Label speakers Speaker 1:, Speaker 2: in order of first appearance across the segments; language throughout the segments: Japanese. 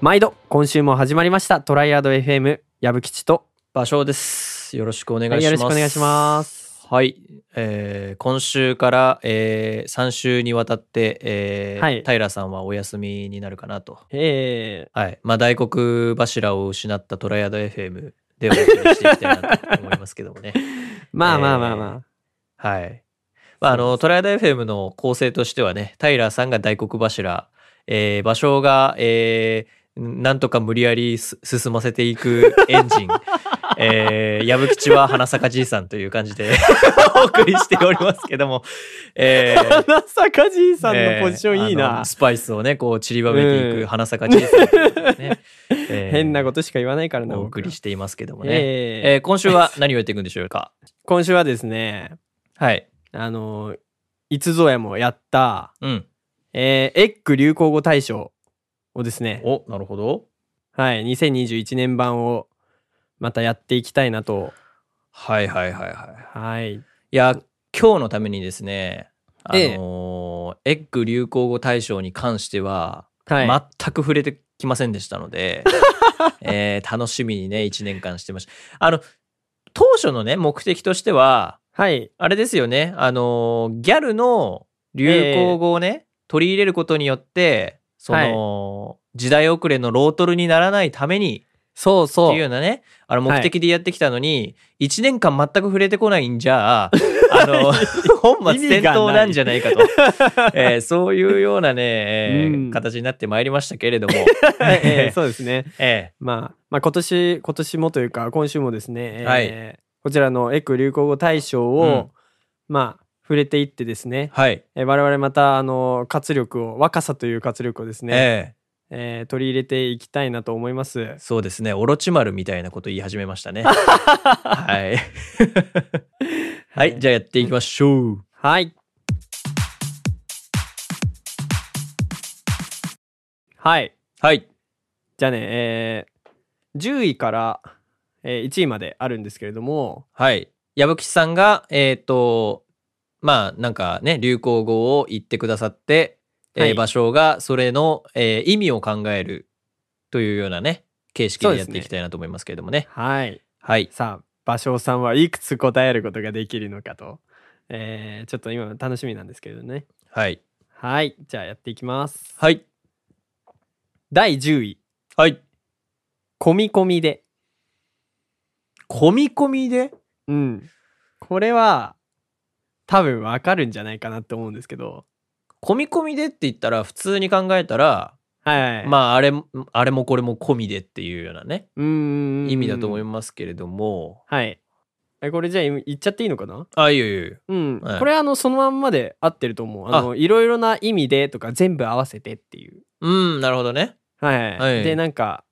Speaker 1: 毎度、今週も始まりました。トライアド FM、矢吹吉と。
Speaker 2: 場所です。よろしくお願いしま
Speaker 1: は
Speaker 2: す。。
Speaker 1: いよろしくお願いします
Speaker 2: はい、えー今週から、え3週にわたって、えー
Speaker 1: はい
Speaker 2: 平さんはお休みになるかなと。
Speaker 1: え
Speaker 2: はい、まあ大黒柱を失ったトライアド FM でお送りしていきたいなと思いますけどもね。
Speaker 1: ー、まあまあまあまあ。
Speaker 2: はい。まあ、あの、トライアド FM の構成としてはね、平さんが大黒柱、えー、場所が、えー、なんとか無理やりす進ませていくエ ンジン、えー、矢吹吉は花坂じいさんという感じで お送りしておりますけども、えー、
Speaker 1: 花坂じいさんの
Speaker 2: えー
Speaker 1: ポジションいい
Speaker 2: あ
Speaker 1: な
Speaker 2: の。スパイスをね、こう散りばめていうく
Speaker 1: ん
Speaker 2: 花坂じいさんということでね、 えー
Speaker 1: 変なことしか言わないからな。。
Speaker 2: お送りしてていますけどもね。
Speaker 1: えー
Speaker 2: えー、今週は何をやっていくんでしょうか
Speaker 1: 今週はですね、
Speaker 2: はい。
Speaker 1: あのー、いつぞやもやった、
Speaker 2: うん。
Speaker 1: えーエッグ流行語大賞をですね、
Speaker 2: お、なるほど。
Speaker 1: はい、2021年版をまたやっていきたいなと。
Speaker 2: はいはいはいはい。
Speaker 1: はい。
Speaker 2: いや今日のためにですねあの
Speaker 1: ええ
Speaker 2: ーエッグ流行語大賞に関しては、
Speaker 1: はい。
Speaker 2: 全く触れてきませんでしたの で、えー楽しみにね1年間してましたあの当初のね目的としては
Speaker 1: はい。
Speaker 2: あれですよねあのーギャルの流行語をね、取り入れることによってその、時代遅れのロートルにならないために
Speaker 1: そう
Speaker 2: っ
Speaker 1: そ
Speaker 2: ていうよ
Speaker 1: う。
Speaker 2: うなね、あの
Speaker 1: はい
Speaker 2: 目的でやってきたのに、1年間全く触れてこないんじ ゃあ、あの、本末転倒なんじゃないかと、えーそういうようなね、えー
Speaker 1: うん
Speaker 2: 形になってまいりましたけれど も、
Speaker 1: えー
Speaker 2: えー
Speaker 1: そうですね。
Speaker 2: え
Speaker 1: まあ、まあ今年、今年もというか、今週もですね、えー
Speaker 2: はい
Speaker 1: こちらのエッグ流行語大賞を、まあ、触れていってですね
Speaker 2: ー、はい、
Speaker 1: えー我々また、あの、活力を、若さという活力をですね、
Speaker 2: え
Speaker 1: えー取り入れていきたいなと思います
Speaker 2: ー。そうですね、オロチマルみたいなこと言い始めま したね。はい。はい、じゃあやっていきましょう。
Speaker 1: はい。はい。
Speaker 2: はい。
Speaker 1: じゃあね、えー10位から、えー1位まであるんですけれども、
Speaker 2: はい。矢吹さんが、えっ、と、まあ、なんかね、流行語を言ってくださって、えー
Speaker 1: はい
Speaker 2: 場所がそれの、えー意味を考えるというようなね、形式
Speaker 1: そう
Speaker 2: で
Speaker 1: で
Speaker 2: やっ
Speaker 1: すね
Speaker 2: ていきたいなと思いますけれどもね。
Speaker 1: はい。
Speaker 2: はい。
Speaker 1: さあ、芭蕉さんはいくつ答えることができるのかと、えーちょっと今楽しみなんですけどね。
Speaker 2: はい。
Speaker 1: はい。じゃあやっていきます。
Speaker 2: はい。
Speaker 1: 第10位、
Speaker 2: はい。
Speaker 1: 込み込みで。
Speaker 2: 込み込みで
Speaker 1: うん。これは、多分わかるんじゃないかなって思うんですけど、
Speaker 2: 込み込みでって言ったら、普通に考えたら、
Speaker 1: はい。あ、
Speaker 2: まあ、あれも、あれもこれも込みでっていうようなね、
Speaker 1: うーん。
Speaker 2: 意味だと思い
Speaker 1: ます。
Speaker 2: ますけれども、
Speaker 1: はい。えこれじゃあ言っちゃっていいのかな
Speaker 2: あ、いよいよいよ。
Speaker 1: うん、
Speaker 2: はい
Speaker 1: これあのそのまんまで合ってると思うあのいろいろな意味でとか全部合わせてっていう
Speaker 2: うん、なるほどね。
Speaker 1: はい、
Speaker 2: はい
Speaker 1: でなんか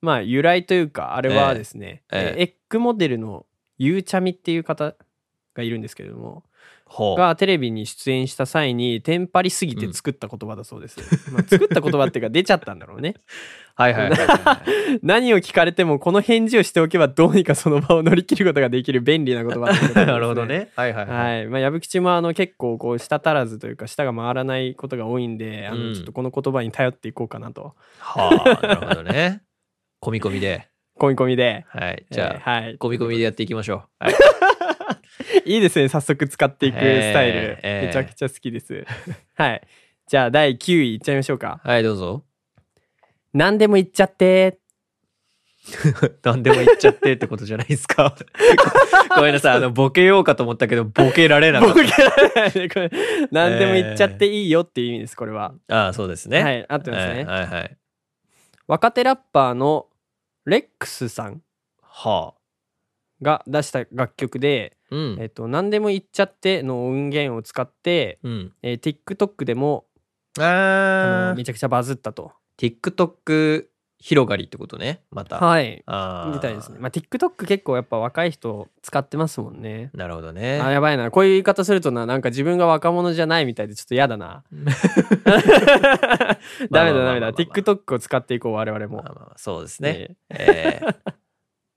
Speaker 1: まあ由来というかあれはですね、
Speaker 2: ええええ
Speaker 1: えエッグモデルのゆうちゃみっていう方がいるんですけれども
Speaker 2: ほう。
Speaker 1: がテレビに出演した際にテンパりすぎて作った言葉だそう です、まあ、作った言葉っていうか出ちゃったんだろうね
Speaker 2: はいは いはいはい。
Speaker 1: 何を聞かれてもこの返事をしておけばどうにかその場を乗り切ることができる便利な言葉ってことですね
Speaker 2: なるほどね。はいはいはい。
Speaker 1: はいまあ、矢吹吉もあの結構こう舌足らずというか舌が回らないことが多いんであ
Speaker 2: う
Speaker 1: の
Speaker 2: ん
Speaker 1: ちょっとこの言葉に頼っていこうかなと
Speaker 2: はあ、なるほ どね。込み込みで。
Speaker 1: 込み込みで、
Speaker 2: はい。じゃあ、
Speaker 1: えーはい、
Speaker 2: 込み込みでやっていきましょう。 はい。
Speaker 1: いいですね早速使っていくスタイル、
Speaker 2: えーえー
Speaker 1: めちゃくちゃ好きですはいじゃあ第9位いっちゃいましょうか
Speaker 2: はい、どうぞ。
Speaker 1: 何でも言っちゃって
Speaker 2: 何でも言っちゃってってことじゃないですか。 ごめんなさい。あの、ボケようかと思ったけど、ボケられなかっ
Speaker 1: 僕が これ何でも言っちゃっていいよっていう意味ですこれは、
Speaker 2: た。 ああ、そうですね。。
Speaker 1: はいい合ってますね、
Speaker 2: はいはい。
Speaker 1: 若手ラッパーのレックスさん
Speaker 2: はあ。
Speaker 1: が出した楽曲で
Speaker 2: う
Speaker 1: 「え
Speaker 2: ん。
Speaker 1: っと何でも言っちゃって」の音源を使って
Speaker 2: うん。
Speaker 1: えー TikTok でも、あ
Speaker 2: あ
Speaker 1: の
Speaker 2: ー
Speaker 1: めちゃくちゃバズったと。
Speaker 2: TikTok 広がりってことね。また。
Speaker 1: はい。
Speaker 2: ああ。
Speaker 1: みたいですね。まあ、TikTok 結構やっぱ若い人使ってますもんね。
Speaker 2: なるほど
Speaker 1: あ、
Speaker 2: ね。
Speaker 1: やばいな。こういう言い方するとな、なんか自分が若者じゃないみたいでちょっと嫌だ な。ダメだダメだ。TikTok を使っていこう、我々
Speaker 2: まあ
Speaker 1: も
Speaker 2: ま。あまあ、そうですね。
Speaker 1: ええ
Speaker 2: ええ。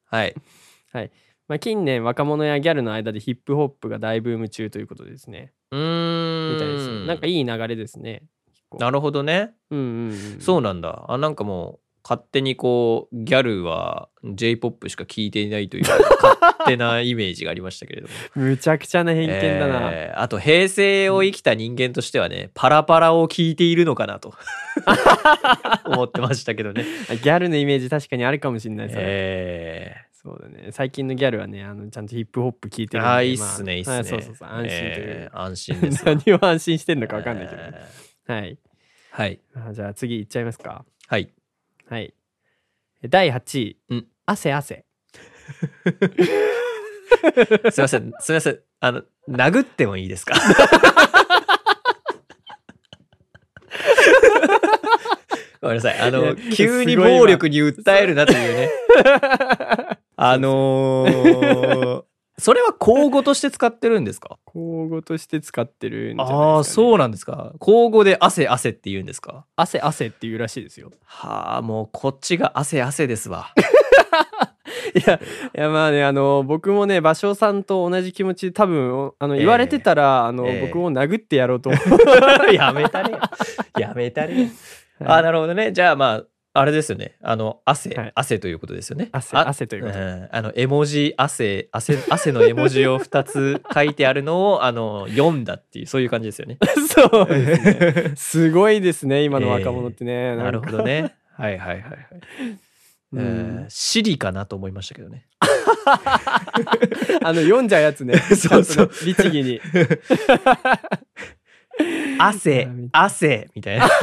Speaker 2: はい。
Speaker 1: まあ、近年若者やギャルの間でヒップホップが大ブーム中ということですね。
Speaker 2: うーん。
Speaker 1: みたいですよ。なんかいい流れですね。構。
Speaker 2: なるほどね。
Speaker 1: うんうんうん、
Speaker 2: そうなんだ。あ、なんかもう、勝手にこう、ギャルは J-POP しか聞いていない という、勝手なイメージがありましたけれども。
Speaker 1: むちゃくちゃな偏見だな。
Speaker 2: えーあと、平成を生きた人間としてはね、パラパラを聞いているのか なと、思ってましたけどね。
Speaker 1: ギャルのイメージ確かにあるかもしれない、それ
Speaker 2: えー
Speaker 1: そうだね。最近のギャルはね、あのちゃんとヒップホップ聞いてるんで。
Speaker 2: あーいいっ
Speaker 1: まあ
Speaker 2: すね、いいっす
Speaker 1: は
Speaker 2: ね。
Speaker 1: そうそうそう、安心という
Speaker 2: え。ー安心です わ。
Speaker 1: 何を安心してんのかわかんないけど。
Speaker 2: え
Speaker 1: はい。
Speaker 2: ーはい。
Speaker 1: あじゃあ次いっちゃいますか。
Speaker 2: はい。
Speaker 1: はい。第8位。
Speaker 2: うん
Speaker 1: 汗汗。
Speaker 2: すいません、すいません。あの、殴ってもいいで すかごめんなさい。あ
Speaker 1: い
Speaker 2: の
Speaker 1: や、
Speaker 2: 急に
Speaker 1: すごい今
Speaker 2: 暴力に訴えるなというね。あのーそれは口語として使ってるんですか
Speaker 1: 口語として使ってるんじゃないですか、ね。
Speaker 2: ああ、
Speaker 1: う。
Speaker 2: そうなんですか。口語で汗汗って言うんですか
Speaker 1: 汗汗っていうらしいですよ。
Speaker 2: はあ、もうこっちが汗汗です わ。
Speaker 1: いや、いやまあね、あの、僕もね、芭蕉さんと同じ気持ちで、多分、あの、
Speaker 2: ええ
Speaker 1: 言われてたら、あの、
Speaker 2: ええ
Speaker 1: 僕も殴ってやろうと思 う。
Speaker 2: やめたね。やめたね。あ
Speaker 1: はい
Speaker 2: なるほどね。じゃあまあ、あれですよね。あの、汗、
Speaker 1: はい
Speaker 2: 汗ということですよね。
Speaker 1: 汗、
Speaker 2: あ
Speaker 1: 汗ということで。
Speaker 2: うんあの、絵文字、汗、汗、汗の絵文字を2つ書いてあるのを、あの、読んだっていう、そういう感じですよね。
Speaker 1: そうですね。すごいです ね、今の若者ってね。
Speaker 2: なるほ
Speaker 1: ど。
Speaker 2: どね。はいはいはいはい。
Speaker 1: う
Speaker 2: えー
Speaker 1: ん
Speaker 2: シリかなと思いましたけどね。
Speaker 1: あの、読んじゃうやつ ね。
Speaker 2: そうそ
Speaker 1: ちゃん
Speaker 2: う
Speaker 1: とね律儀に。
Speaker 2: 汗
Speaker 1: ダメ、
Speaker 2: 汗みたいな。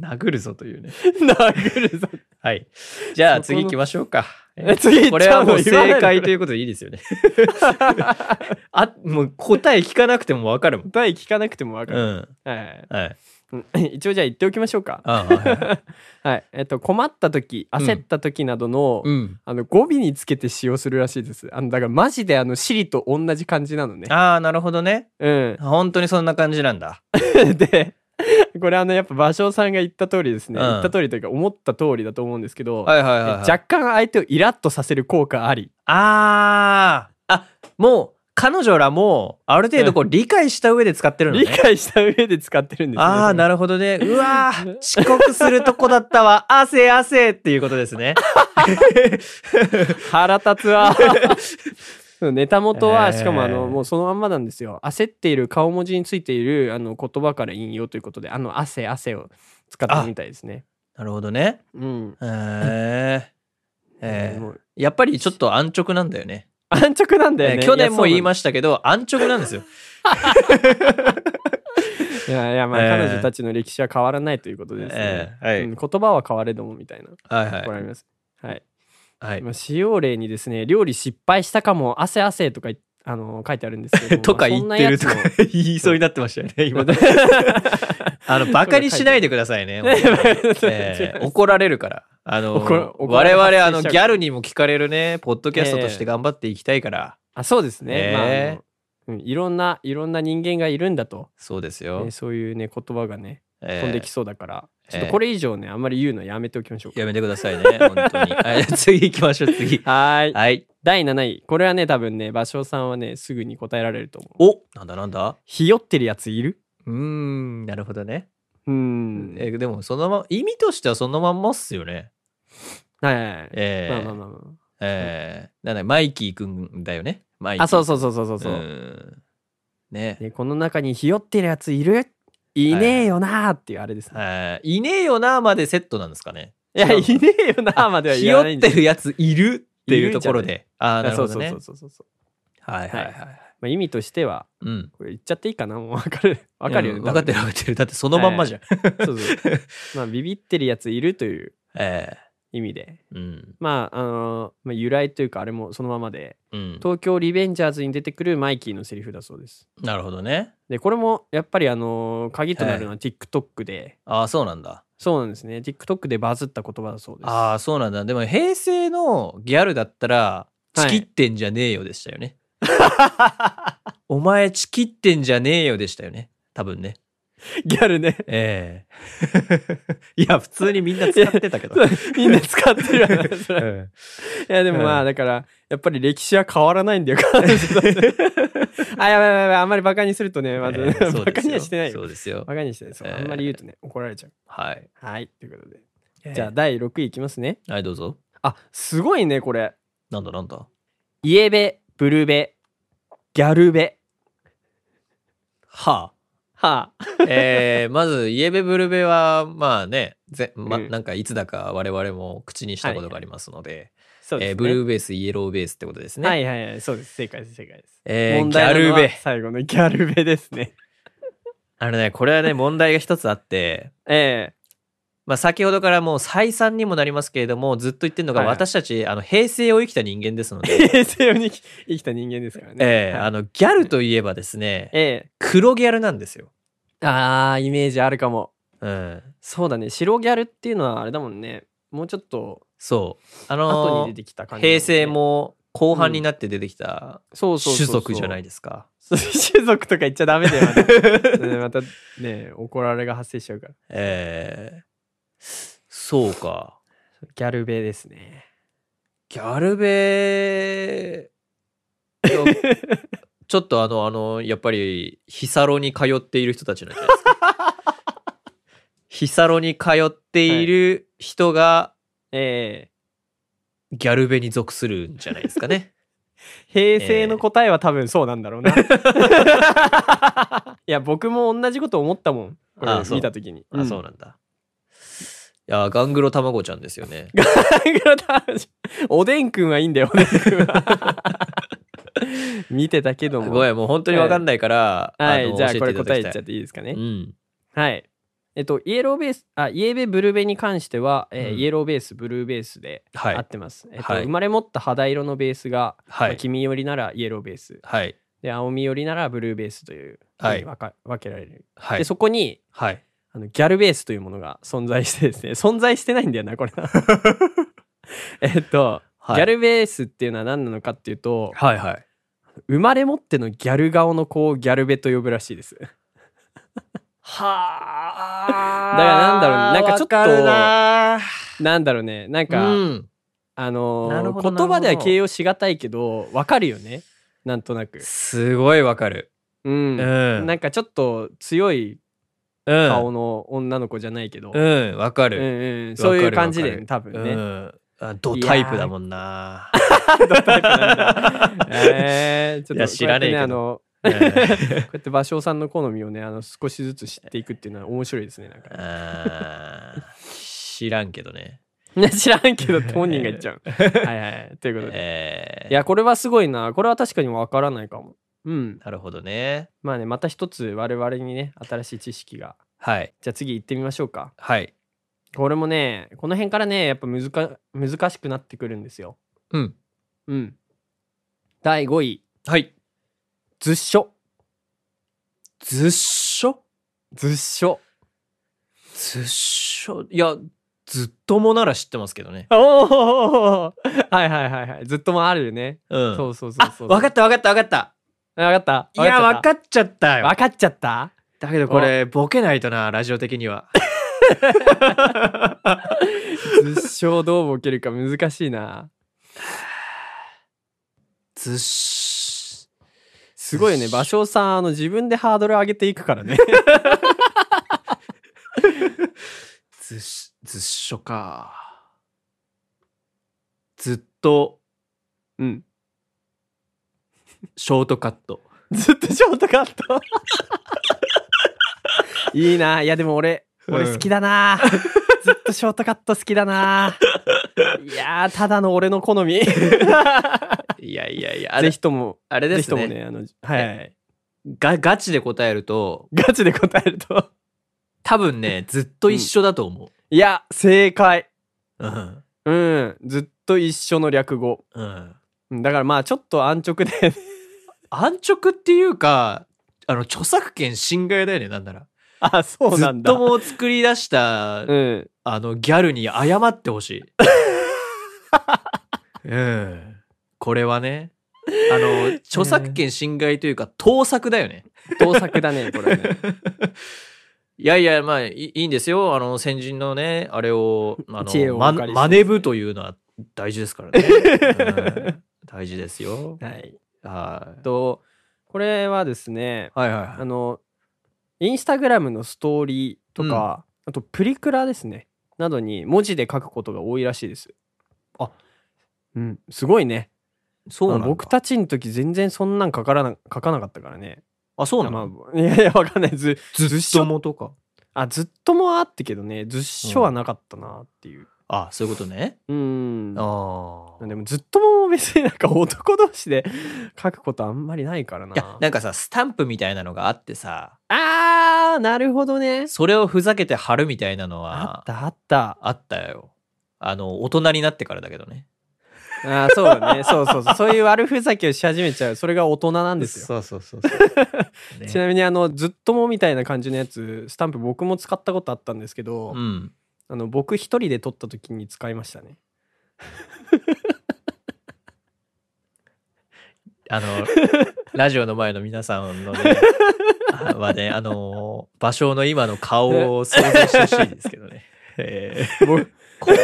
Speaker 2: 殴るぞというね。
Speaker 1: 殴るぞ。
Speaker 2: はい。じ
Speaker 1: そ
Speaker 2: ゃあ
Speaker 1: この
Speaker 2: 次行きましょうか。え
Speaker 1: え 次行っちゃうの
Speaker 2: これはもう
Speaker 1: 言わない
Speaker 2: 正
Speaker 1: の
Speaker 2: 解ということでいいですよね。あ、もう答え聞かなくてもわかるも ん。
Speaker 1: 答え聞かなくてもわか
Speaker 2: う
Speaker 1: る。
Speaker 2: ん。
Speaker 1: はい
Speaker 2: はい。
Speaker 1: うん 一応じゃあ言っておきましょうか。
Speaker 2: あはいはいはい
Speaker 1: はい。えっと、困った時、焦った時などの、
Speaker 2: うん。
Speaker 1: あの語尾につけて使用するらしいです。あのだからマジであのシリと同じ感じなのね。
Speaker 2: ああ、なるほどね。
Speaker 1: うん。
Speaker 2: 本当にそんな感じなんだ。
Speaker 1: で、これあのやっぱ芭蕉さんが言った通りですね。
Speaker 2: うん
Speaker 1: 言った通りというか思った通りだと思うんですけど、
Speaker 2: はいはいはい、はい。
Speaker 1: 若干相手をイラッとさせる効果あり。
Speaker 2: ああ。あ、もう、彼女らも、ある程度こう理解した上で使ってるのね。
Speaker 1: 理解した上で使ってるんですね。
Speaker 2: ああ、な
Speaker 1: る
Speaker 2: るほどね。うわー遅刻するとこだったわ。汗汗っていうことです ね。
Speaker 1: 腹立つわ。 そうネタ元
Speaker 2: え
Speaker 1: は、
Speaker 2: ー
Speaker 1: しかもあの、もうそのまんまなんですよ。焦っている顔文字についているあの言葉から引用ということで、あの汗汗を使ってるみたいですね。
Speaker 2: なるほどね。
Speaker 1: うん。
Speaker 2: へ え。え
Speaker 1: も
Speaker 2: ー
Speaker 1: う
Speaker 2: やっぱりちょっと安直なんだよね。
Speaker 1: 安直なんだよ
Speaker 2: え
Speaker 1: ね。
Speaker 2: ー去年も言い
Speaker 1: した
Speaker 2: ましたけど、安直なんですよ。
Speaker 1: いやいやまあ
Speaker 2: えー
Speaker 1: 彼女たちの歴史は変わらないということですね。
Speaker 2: えーはい
Speaker 1: うん言葉は変われどもみたいな。
Speaker 2: はい
Speaker 1: これあ
Speaker 2: は
Speaker 1: ります。はい。
Speaker 2: い。はい。
Speaker 1: まあ使用例にですね、料理失敗したかも、汗汗とかいあの書いてあるんですけど
Speaker 2: とか言ってるとか
Speaker 1: まあそんなやつも
Speaker 2: 言いそうになってましたよね、今。あの、バカにしないでくだ さいね。
Speaker 1: ね
Speaker 2: 本当にえー怒られるから。あの、
Speaker 1: 怒ら怒
Speaker 2: 我
Speaker 1: られ
Speaker 2: 々、あ
Speaker 1: 発生
Speaker 2: の、
Speaker 1: しち
Speaker 2: ギ
Speaker 1: ゃう
Speaker 2: ャルにも聞かれるね、ポッドキャストとして頑張っていきたいから。
Speaker 1: あそうですね。まあ
Speaker 2: えー
Speaker 1: あのうんいろんな、いろんな人間がいるんだと。
Speaker 2: そうです
Speaker 1: え
Speaker 2: よ
Speaker 1: ー。そういうね、言葉がね、
Speaker 2: えー
Speaker 1: 飛んできそうだから、
Speaker 2: えー
Speaker 1: ちょっとこれ以上ね、あんまり言うのやめておきましょうか。
Speaker 2: やめてくださいね、本 当に。はい次行きましょう、次。
Speaker 1: はーい。
Speaker 2: はい。
Speaker 1: 第7位。これはね、多分ね、芭蕉さんはね、すぐに答えられると思う。
Speaker 2: おなんだなんだ
Speaker 1: ひよってるやついる
Speaker 2: うーん、なるほどね。
Speaker 1: うん。
Speaker 2: えでも、そのまま、意味としてはそのまんまっすよね。
Speaker 1: はいはいはい。
Speaker 2: え
Speaker 1: まあ
Speaker 2: ー
Speaker 1: まあまあま
Speaker 2: えーなんだマイキーくんだよね。マイキ
Speaker 1: あ。
Speaker 2: ー
Speaker 1: あ、そうそうそうそうそう
Speaker 2: う
Speaker 1: そう、
Speaker 2: んね。
Speaker 1: でこの中にひよってるやついるいねえよなーっていうあれですね。
Speaker 2: えーいねえよなまでセットなんですかね。
Speaker 1: い、や、
Speaker 2: 違う
Speaker 1: いねえよ なーまでは
Speaker 2: ひ
Speaker 1: 言
Speaker 2: よ
Speaker 1: わない
Speaker 2: っ
Speaker 1: んで
Speaker 2: て
Speaker 1: すよ
Speaker 2: るやついるっていうところで。ああ、な
Speaker 1: あ
Speaker 2: る
Speaker 1: そ
Speaker 2: ほ
Speaker 1: う
Speaker 2: ど
Speaker 1: そう
Speaker 2: ね
Speaker 1: そう。そうそうそう。
Speaker 2: はいはいはい。
Speaker 1: まあ、意味としては、
Speaker 2: うん。
Speaker 1: これ言っちゃっていいかなもうわか る。わかるよね。
Speaker 2: うんわかってるわかってる。だってそのまんまじゃん。
Speaker 1: 多分。そうそう。 まあ、ビビってるやついるという
Speaker 2: え
Speaker 1: 意味で。
Speaker 2: えうん。
Speaker 1: まあ、あのーまあ、由来というか、あれもそのままで、
Speaker 2: うん。
Speaker 1: 東京リベンジャーズに出てくるマイキーのセリフだそうです。
Speaker 2: なるほどね。
Speaker 1: で、これもやっぱり、あのー鍵となるのは TikTok で、
Speaker 2: ああ、そうなんだ。
Speaker 1: そうなんですね。TikTok でバズった言葉だそうです。
Speaker 2: ああそうなんだでも平成のギャルだったら「チキってんじゃねえよ」でした よね、お前チキってんじゃねえよでしたよね多分ね
Speaker 1: ギャルね。
Speaker 2: ええいや、普通にみんな使ってた けど。
Speaker 1: みんな使ってるよねそれ
Speaker 2: うん
Speaker 1: いやでもま
Speaker 2: う
Speaker 1: あ
Speaker 2: ん
Speaker 1: だからやっぱり歴史は変わらないんだよ 彼女だってあやばいやばいやばいあんまりバカにするとねまず、
Speaker 2: ええそう
Speaker 1: バ
Speaker 2: で
Speaker 1: カ
Speaker 2: す
Speaker 1: にはしてないよ
Speaker 2: そうですよ。
Speaker 1: バカにはしてないそう、
Speaker 2: ええ
Speaker 1: あんまり言うとね怒られちゃう
Speaker 2: はい。
Speaker 1: はいということで、
Speaker 2: え
Speaker 1: じゃあ第6位いきますね
Speaker 2: はい、どうぞ。
Speaker 1: あすごいねこれ
Speaker 2: なんだなんだ。
Speaker 1: イエベブルベギャルベ
Speaker 2: はあ。
Speaker 1: はあ
Speaker 2: えー、まず、イエベブルベは、まあね、ぜま、
Speaker 1: うん
Speaker 2: なんかいつだか我々も口にしたことがありますので、
Speaker 1: そうですね、
Speaker 2: えーブルーベース、イエローベースってことですね。
Speaker 1: はいはいはいそうです正解です正解です、
Speaker 2: えー、
Speaker 1: 問
Speaker 2: ギャ
Speaker 1: 題な
Speaker 2: ル
Speaker 1: のは
Speaker 2: ベ。
Speaker 1: 最後のギャルベですね
Speaker 2: あのね、これはね、問題が一つあって、
Speaker 1: え
Speaker 2: まあ、先ほどからもう再三にもなりますけれども、ずっと言ってるのが、
Speaker 1: はいはい
Speaker 2: 私たち、あの、平成を生きた人 間 ですので、
Speaker 1: え平成に生き生きた人間ですからね
Speaker 2: えー
Speaker 1: はい
Speaker 2: あの、ギャルといえばですね、
Speaker 1: え
Speaker 2: 黒ギャルなんですよ。
Speaker 1: えあーイメージあるかも
Speaker 2: うん。
Speaker 1: そうだね白ギャルっていうのはあれだもんねもうちょっと
Speaker 2: そう。あ
Speaker 1: 後
Speaker 2: のー
Speaker 1: に出てきた感じだんね、
Speaker 2: 平成も後半になって出てきた
Speaker 1: そうそうそ
Speaker 2: 種
Speaker 1: うそう
Speaker 2: 族じゃないですか。
Speaker 1: 種族とか言っちゃダメだよまたねまたね怒られが発生しちゃうから
Speaker 2: えーそうか。
Speaker 1: ギャルベですね
Speaker 2: ギャルベ ーちょっとあの、あの、やっぱり、ヒサロに通っている人たちなんじゃないですか。ヒサロに通っている人が、
Speaker 1: え
Speaker 2: ギャルベに属するんじゃないですかね。
Speaker 1: え平成の答えは多分そうなんだろうな、 いや僕も同じこと思ったもんこれ
Speaker 2: あそう
Speaker 1: 見た時に
Speaker 2: あ、そううなんだ。いや、ガングロ卵ちゃんですよね。
Speaker 1: なんだおでんくんはいいんだよ おでんくんは見てたけども
Speaker 2: ごめん、もう本当にわかんないから、
Speaker 1: は
Speaker 2: あ
Speaker 1: い
Speaker 2: の
Speaker 1: じゃあこれ
Speaker 2: 教
Speaker 1: 答
Speaker 2: て
Speaker 1: え言っ
Speaker 2: いただき
Speaker 1: ち
Speaker 2: た
Speaker 1: ゃ
Speaker 2: い
Speaker 1: っていいですかね、
Speaker 2: うん。
Speaker 1: はい。えっと、イエローベース、あ、イエベブルベに関しては、えー
Speaker 2: うん
Speaker 1: イエローベース、ブルーベースで
Speaker 2: はい
Speaker 1: 合ってます。えっと、
Speaker 2: はい
Speaker 1: 生まれ持った肌色のベースが、
Speaker 2: はい
Speaker 1: まあ、黄身寄りならイエローベース、
Speaker 2: はい。
Speaker 1: で、青み寄りならブルーベースという、
Speaker 2: はい
Speaker 1: に分か分けられる。
Speaker 2: は
Speaker 1: で、
Speaker 2: い。
Speaker 1: そこに、
Speaker 2: はい。
Speaker 1: あのギャルベースというものが存在して ですね、存在してないんだよな、これな。えっと、
Speaker 2: はい
Speaker 1: ギャルベースっていうのは何なのかっていうと、
Speaker 2: はいはい。
Speaker 1: 生まれ持ってのギャル顔の子をギャルベと呼ぶらしいです。
Speaker 2: は
Speaker 1: だからなんだろうねなんかちょっと
Speaker 2: わるな
Speaker 1: なんだろうね、なんか、
Speaker 2: うん。
Speaker 1: あのー
Speaker 2: なるほど
Speaker 1: 言葉で
Speaker 2: なる
Speaker 1: は
Speaker 2: ほど
Speaker 1: 形容しがたいけどわかるよねなんとなく、
Speaker 2: すごいわかる。
Speaker 1: うん
Speaker 2: うん
Speaker 1: なんかちょっと強い
Speaker 2: うん。
Speaker 1: 顔の女の子じゃないけど、
Speaker 2: うん、わか
Speaker 1: うん
Speaker 2: る。
Speaker 1: うんそういう感じ
Speaker 2: わ
Speaker 1: で
Speaker 2: かる
Speaker 1: 多分
Speaker 2: う
Speaker 1: ね、
Speaker 2: ん。あドタイプだもんな。
Speaker 1: えー、ちょっと
Speaker 2: いや知らねえけ
Speaker 1: こ
Speaker 2: ど
Speaker 1: うやってあのこうや
Speaker 2: うん
Speaker 1: って芭蕉さんの好みをねあの少しずつ知っていくっていうのは面白いですねなん か
Speaker 2: あー知らんけどね。
Speaker 1: ね知らんけどって本人が言っちゃう はいはいということで、
Speaker 2: えー
Speaker 1: いやこれはすごいなこれは確かにわからないかもうん
Speaker 2: なるほどね。
Speaker 1: まあねまた一つ我々にね新しい知識が
Speaker 2: はい。
Speaker 1: じゃあ次行ってみましょうか。
Speaker 2: はい。
Speaker 1: これもね、この辺からね、やっぱ難か難しくなってくるんですよ。
Speaker 2: うん。
Speaker 1: うん。第5位、
Speaker 2: はい。
Speaker 1: 図書。
Speaker 2: 図書
Speaker 1: 図書。
Speaker 2: 図書いや、ずっともなら知ってますけどね。
Speaker 1: おおはいはいはいはい。ずっともあるよね。
Speaker 2: うん。
Speaker 1: そうそうそうそう。。
Speaker 2: あわかったたわかったわかった。
Speaker 1: わかった。
Speaker 2: いや、わか
Speaker 1: っ
Speaker 2: っちゃった
Speaker 1: た。
Speaker 2: よ
Speaker 1: わ。かっちゃった
Speaker 2: だけどこれ、ボケないとな、ラジオ的に は。
Speaker 1: 図書どうボケるか難しいな。
Speaker 2: ずっし。
Speaker 1: すごいよね。
Speaker 2: 図書
Speaker 1: 芭蕉さん、あの、自分でハードル上げていくからね。
Speaker 2: ずっし、ずっしょか。ずっと、
Speaker 1: うん。
Speaker 2: ショートカット。
Speaker 1: ずっとショートカッ ト。いいな。いや、でも俺、俺好きだ な。ずっとショートカット好きだな。いやー、ただの俺の好み。
Speaker 2: いやいやいや、あ
Speaker 1: ぜ
Speaker 2: れ
Speaker 1: ひ、とも、
Speaker 2: あれ
Speaker 1: ぜ
Speaker 2: で
Speaker 1: ひ
Speaker 2: す
Speaker 1: とも
Speaker 2: ね。
Speaker 1: ね、あの、はい、
Speaker 2: が、ガチで答えると、
Speaker 1: ガチで答えると。
Speaker 2: 多分ね、ずっと一緒だと思
Speaker 1: いや、正解。
Speaker 2: う。うん。
Speaker 1: うん。ずっと一緒の略語。
Speaker 2: うん。
Speaker 1: うんだからまあ、ちょっと安直で。
Speaker 2: 安直っていうか、あの、著作権侵害だよね、なんなら。
Speaker 1: あ、そうなんだ。
Speaker 2: ずっとも作り出した、
Speaker 1: うん。
Speaker 2: あの、ギャルに謝ってほし い。うん。これはね、あの、著作権侵害というか、盗作だよね。
Speaker 1: 盗作だね、これね。
Speaker 2: いやいや、まあ、いいいいんですよ。あの、先人のね、あれを、あ
Speaker 1: 知恵
Speaker 2: の、
Speaker 1: をお
Speaker 2: ま、
Speaker 1: 借りして
Speaker 2: 真似ぶというのは大事ですからね。うん大事ですよ。
Speaker 1: はい。
Speaker 2: はい。
Speaker 1: と、これはですね、
Speaker 2: はいはいは
Speaker 1: あ
Speaker 2: い。
Speaker 1: の、インスタグラムのストーリーとか、あとプリクラですね、などに文字で書くことが多いらしいです。
Speaker 2: あ
Speaker 1: うん、すごいね。
Speaker 2: そうなん
Speaker 1: ま
Speaker 2: だ
Speaker 1: あ僕たちの時全然そんなん書からな書かなかったからね。
Speaker 2: あ、そうなの、
Speaker 1: まあ、い やいや、わかんない。ず、
Speaker 2: ず
Speaker 1: ずっ
Speaker 2: っ
Speaker 1: しょ
Speaker 2: ともとか。
Speaker 1: あ、ずっともあってけどね、ずっしょはなかったなっていう。
Speaker 2: あ、そういうことね。
Speaker 1: うん。
Speaker 2: ああ。
Speaker 1: でもずっとも別になんか男同士で 書くことあんまりないからな。
Speaker 2: いや、なんかさ、スタンプみたいなのがあってさ、
Speaker 1: あー、なるほどね。
Speaker 2: それをふざけて貼るみたいなの
Speaker 1: あ
Speaker 2: は
Speaker 1: っ、たあった。
Speaker 2: あったよ。あの、大人になってからだけどね。
Speaker 1: あーそうだね。 そうそうそう。そういう悪ふざけをし始めちゃう。それが大人なんですよ。
Speaker 2: そうそうそうそう。 ね
Speaker 1: ちなみにあのずっともみたいな感じのやつスタンプ僕も使ったことあったんですけど、
Speaker 2: うん。
Speaker 1: あの僕一人で撮った時に使いました ね。
Speaker 2: あの、ラジオの前の皆さんのね、あはね、あの、場所の今の顔を想像してほしいですけ どね。えー
Speaker 1: 僕
Speaker 2: 怖い。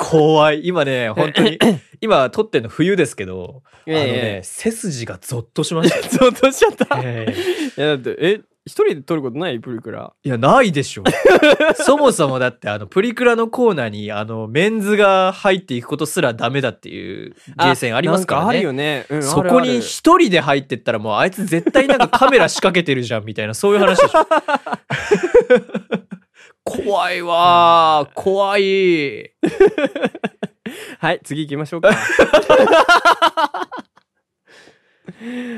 Speaker 2: 怖い。今ね、本当に、今撮ってんの冬ですけど、あのね、背筋がゾッとし ました。
Speaker 1: ゾッとしちゃった。 い
Speaker 2: えー
Speaker 1: やだってえ一人で撮ることないプリクラ。
Speaker 2: いや、ないで しょ。そもそもだって、あの、プリクラのコーナーに、あの、メンズが入っていくことすらダメだっていうゲーセンありますから
Speaker 1: なんある
Speaker 2: ね
Speaker 1: よ。ね。うん
Speaker 2: そ
Speaker 1: ある
Speaker 2: こ
Speaker 1: あ
Speaker 2: に
Speaker 1: る
Speaker 2: 一人で入ってったらもうあいつ絶対なんかカメラ仕掛けてるじゃんみたいなそういう話で しょ怖いわー怖い
Speaker 1: はい次行きましょう か。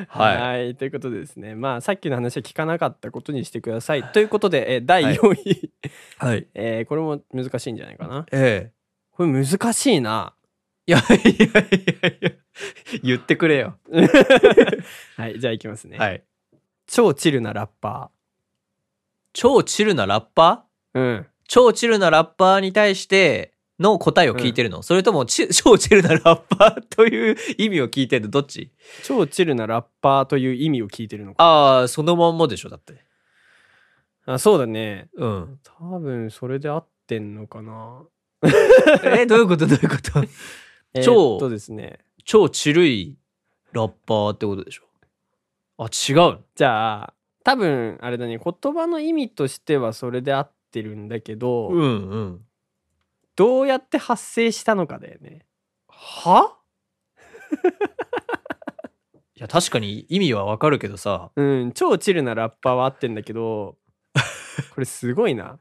Speaker 1: はい、ということでですねまあさっきの話は聞かなかったことにしてください。ということで、え第4位、
Speaker 2: はい
Speaker 1: えーこれも難しいんじゃないかな。
Speaker 2: ええ
Speaker 1: これ難しいな。
Speaker 2: いやいやいやいや言ってくれよ
Speaker 1: はいじゃあ行きますね。
Speaker 2: はい
Speaker 1: 超チルなラッパ
Speaker 2: 超チルなラッパー
Speaker 1: ー。うん。
Speaker 2: 超チルなラッパーに対しての答えを聞いてるの、それともち 超チルなラッパーという意味を聞いてるのどっち
Speaker 1: 超チルなラッパーという意味を聞いてるのか。
Speaker 2: ああそのまんまでしょだって
Speaker 1: あ、そうだね。
Speaker 2: うん
Speaker 1: 多分それで合ってんのかな。
Speaker 2: えどういうことどういうこと
Speaker 1: 超
Speaker 2: 超
Speaker 1: えーっとですね。
Speaker 2: 超チルいラッパーってことでしょあ違う
Speaker 1: じゃあ、多分あれだね。言葉の意味としてはそれで合ってるんだけど、
Speaker 2: うんうん
Speaker 1: どうやって発生したのかだよね。
Speaker 2: はいや確かに意味はわかるけどさ
Speaker 1: うん、超チルなラッパーは合ってんだけ ど、これすごいな。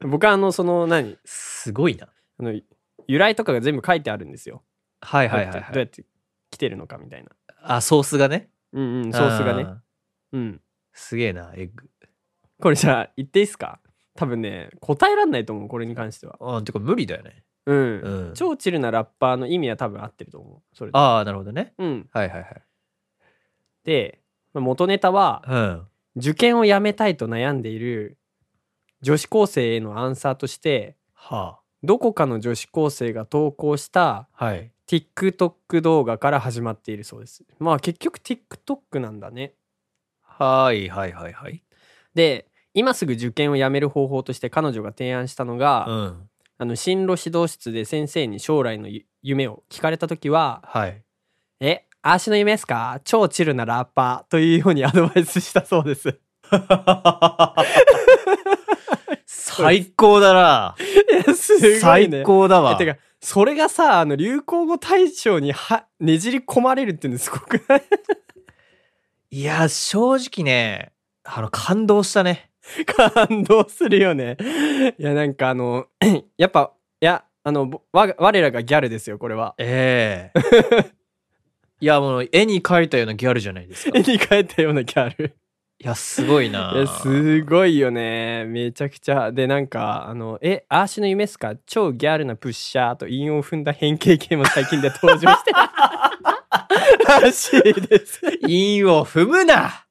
Speaker 1: 僕はあの、その何、
Speaker 2: すごいな
Speaker 1: あの、由来とかが全部書いてあるんですよ。
Speaker 2: はい
Speaker 1: どう
Speaker 2: はい
Speaker 1: やっ
Speaker 2: はい、
Speaker 1: てどう
Speaker 2: は
Speaker 1: や
Speaker 2: い、
Speaker 1: って来てるのかみたいな。
Speaker 2: あソースがね
Speaker 1: うんうん、ソースがね
Speaker 2: あ。ー
Speaker 1: うん。
Speaker 2: すげえなエッグ
Speaker 1: これじゃあ言っていいっすか多分ね答えらんないと思うこれに関しては
Speaker 2: あーてか無理だよね
Speaker 1: うん、
Speaker 2: うん
Speaker 1: 超チルなラッパーの意味は多分合ってると思うそれで
Speaker 2: ああなるほどね
Speaker 1: うん
Speaker 2: はいはいはい
Speaker 1: でまあ元ネタは
Speaker 2: うん
Speaker 1: 受験をやめたいと悩んでいる女子高生へのアンサーとして
Speaker 2: は
Speaker 1: どこかの女子高生が投稿した
Speaker 2: あはい
Speaker 1: TikTok 動画から始まっているそうですまあ結局 TikTok なんだね
Speaker 2: はいはいはいはい
Speaker 1: で今すぐ受験をやめる方法として彼女が提案したのが、
Speaker 2: うん
Speaker 1: あの進路指導室で先生に将来のゆ夢を聞かれた時は
Speaker 2: はい
Speaker 1: 「えあーしの夢ですか超チルなラッパー」というようにアドバイスしたそうです
Speaker 2: 最高だな、
Speaker 1: いや すごいね
Speaker 2: 最高だわ
Speaker 1: えてかそれがさあの流行語大賞にはねじり込まれるっていうのすごくない
Speaker 2: いや、正直ね、あの、感動したね。
Speaker 1: 感動するよねいやなんかあの やっぱいやあのぼ我我らがギャルですよこれ は
Speaker 2: ええ いや、もう、絵に描いたようなギャルじゃないですか。
Speaker 1: 絵
Speaker 2: い
Speaker 1: に描いたようなギャル
Speaker 2: や、すごいな。
Speaker 1: いやすごいよねめちゃくちゃでなんかあの「えアーシの夢っすか超ギャルなプッシャー」と韻を踏んだ変形系も最近で登場してらしいです
Speaker 2: 韻を踏 むな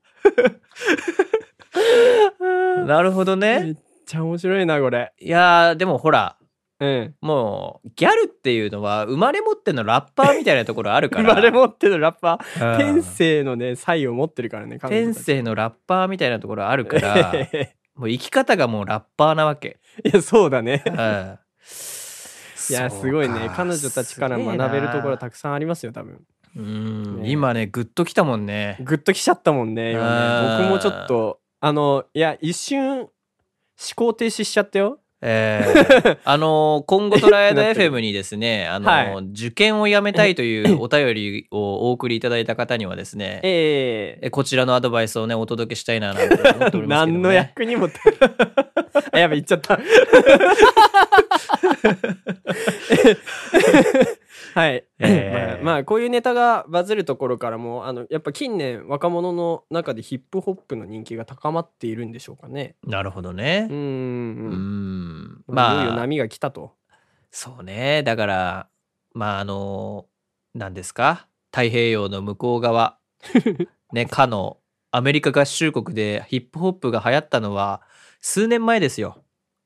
Speaker 2: なるほど
Speaker 1: め
Speaker 2: ね
Speaker 1: っ。ちゃ面白いなこれ
Speaker 2: いやー、でもほら、
Speaker 1: うん
Speaker 2: もう、ギャルっていうのは、生まれ持ってのラッパーみたいなところあるか
Speaker 1: 生
Speaker 2: ら。
Speaker 1: まれ持ってるラッパー
Speaker 2: うん
Speaker 1: 天性のね才を持ってるからね彼女
Speaker 2: 天
Speaker 1: たち、
Speaker 2: 性のラッパーみたいなところあるから もう生き方がもうラッパーなわけ。
Speaker 1: いや、そうだ ね。
Speaker 2: うん
Speaker 1: いや、すごいね。彼女たちから学べるところ
Speaker 2: た
Speaker 1: たくさんありますよ、多分。
Speaker 2: うん、
Speaker 1: ね
Speaker 2: 今ね、グッときたもんね。
Speaker 1: グッときちゃったもんね、今ね。僕もちょっと、あの、いや、一瞬、思考停止しちゃったよ。
Speaker 2: え ーあのー今後トライアド
Speaker 1: えってなってる
Speaker 2: FM にで すね、あのー
Speaker 1: は
Speaker 2: 受験をやめたいというお便りをお送りいただいた方にはですね、
Speaker 1: ええ
Speaker 2: えこちらのアドバイスをね、お届けしたいななんて思っておりますけど、ね。
Speaker 1: 何の役にも立た あやべ言っちゃったはい、
Speaker 2: えー
Speaker 1: まあまあこういうネタがバズるところからもあのやっぱ近年若者の中でヒップホップの人気が高まっているんでしょうかね
Speaker 2: なるほど
Speaker 1: う
Speaker 2: ね。
Speaker 1: ん
Speaker 2: う
Speaker 1: うん
Speaker 2: ん。
Speaker 1: まあいよいよ
Speaker 2: まあ、
Speaker 1: 波が来たと
Speaker 2: そうね。だから、まあ、あのー、何ですか太平洋の向こ う側。ね、かの、アメリカ合衆国でヒップホップが流行ったのは、数年前ですよ。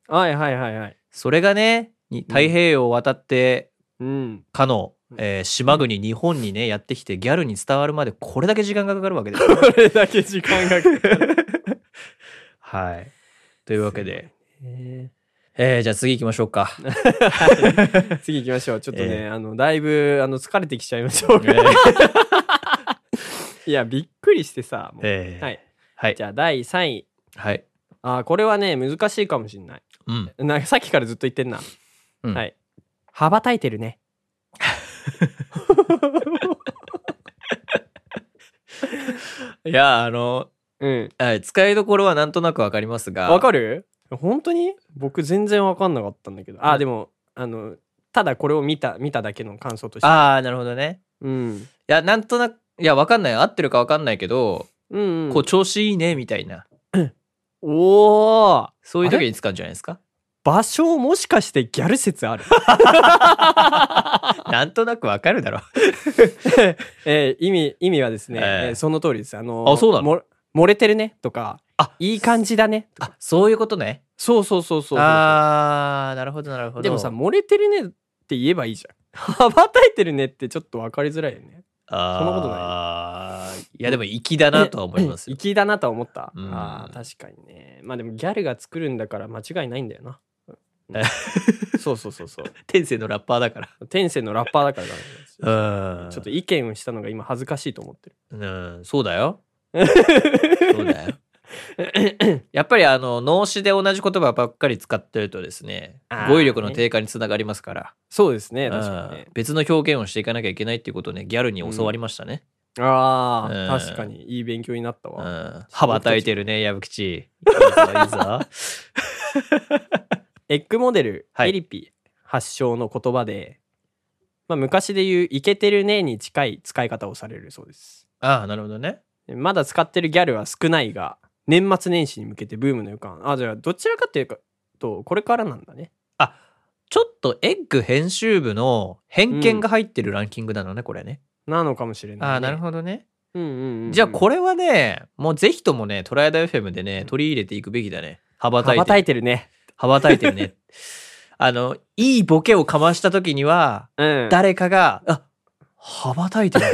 Speaker 1: はいはいはいはい
Speaker 2: それがね、に太平洋を渡って、
Speaker 1: うん
Speaker 2: かの、
Speaker 1: うん
Speaker 2: えー島国日本にね、やってきてギャルに伝わるまでこれだけ時間がかかるわけです よ。
Speaker 1: これだけ時間がかかる
Speaker 2: はい。というわけで、
Speaker 1: え
Speaker 2: えーじゃあ次行きましょう か。
Speaker 1: ー 次行きましょうちょっとね、
Speaker 2: え
Speaker 1: あのだいぶあの疲れてきちゃいましょう
Speaker 2: え
Speaker 1: が
Speaker 2: ー
Speaker 1: いやびっくりしてさもう
Speaker 2: えー
Speaker 1: はい
Speaker 2: はい
Speaker 1: じ。ゃあ第3位
Speaker 2: はい。
Speaker 1: あーこれはね難しいかもしんない
Speaker 2: うん。
Speaker 1: なんかさっきからずっと言ってんな、
Speaker 2: うん
Speaker 1: はい羽ばたいてるね
Speaker 2: いや、あの、
Speaker 1: うん
Speaker 2: はい使いどころはなんとなくわかりますが。
Speaker 1: わかる本当に僕全然わかんなかったんだけどあーでもあのただこれを見た見ただけの感想として
Speaker 2: ああ、なるほどね。
Speaker 1: うん
Speaker 2: いや、なんとなく、いや、わかんない。合ってるかわかんないけど、
Speaker 1: うん、うん、
Speaker 2: こう、調子いいね、みたいな。
Speaker 1: おお
Speaker 2: そういう時に使うんじゃないですか。
Speaker 1: 場所もしかしてギャル説ある
Speaker 2: なんとなくわかるだろ。
Speaker 1: えー意味意味はですね、
Speaker 2: えー
Speaker 1: えーその通りですあのー
Speaker 2: あそうなの
Speaker 1: も漏れてるねとか
Speaker 2: あ
Speaker 1: いい感じだね
Speaker 2: あ、そういうことね。
Speaker 1: そうそうそうそうそう
Speaker 2: ああ、なるほど、なるほど。
Speaker 1: でもさ漏れてるねって言えばいいじゃん羽ばたいてるねってちょっと分かりづらいよね
Speaker 2: あー、
Speaker 1: そんなこと
Speaker 2: ない。いや、でも、粋だなとは思いますよ。
Speaker 1: 粋だなとは思った、
Speaker 2: うん
Speaker 1: あー確かにねまあでもギャルが作るんだから間違いないんだよ な
Speaker 2: え
Speaker 1: そうそうそうそう
Speaker 2: 天性のラッパーだから。
Speaker 1: 天性のラッパーだからなんですよ
Speaker 2: うん。
Speaker 1: ちょっと意見をしたのが今恥ずかしいと思ってる
Speaker 2: うん、そうだよ。そうだよ。 やっぱりあの脳死で同じ言葉ばっかり使ってるとですね
Speaker 1: あー
Speaker 2: 語彙力の低下につながりますから、
Speaker 1: そうですね
Speaker 2: うん
Speaker 1: 確かにね
Speaker 2: 別の表現をしていかなきゃいけないっていうことをねギャルに教わりましたね、
Speaker 1: あー、
Speaker 2: うん
Speaker 1: 確かにいい勉強になった
Speaker 2: うん
Speaker 1: わ、
Speaker 2: 羽ばたいてるね矢吹吉いいぞ いいぞ
Speaker 1: エッグモデル、
Speaker 2: はい
Speaker 1: エリピ発祥の言葉で、まあ、昔で言う「イケてるね」に近い使い方をされるそうです
Speaker 2: ああなるほどね
Speaker 1: まだ使ってるギャルは少ないが、年末年始に向けてブームの予感。あ、じゃあ、どちらかというか、と、これからなんだね。
Speaker 2: あちょっとエッグ編集部の偏見が入ってるランキングなのね、これね
Speaker 1: なのかもしれない、ね。
Speaker 2: ああなるほどね、
Speaker 1: ど。うんうんうん、
Speaker 2: じゃあこれはねもうぜひともねトライアド FM でね取り入れていくべきだね羽ばたい
Speaker 1: 羽
Speaker 2: て
Speaker 1: ばた
Speaker 2: る
Speaker 1: いてるね。
Speaker 2: 羽ばたいてるね。あの、いいボケをかました時には、
Speaker 1: うん。
Speaker 2: 誰かが、あ、羽ばたいてるね。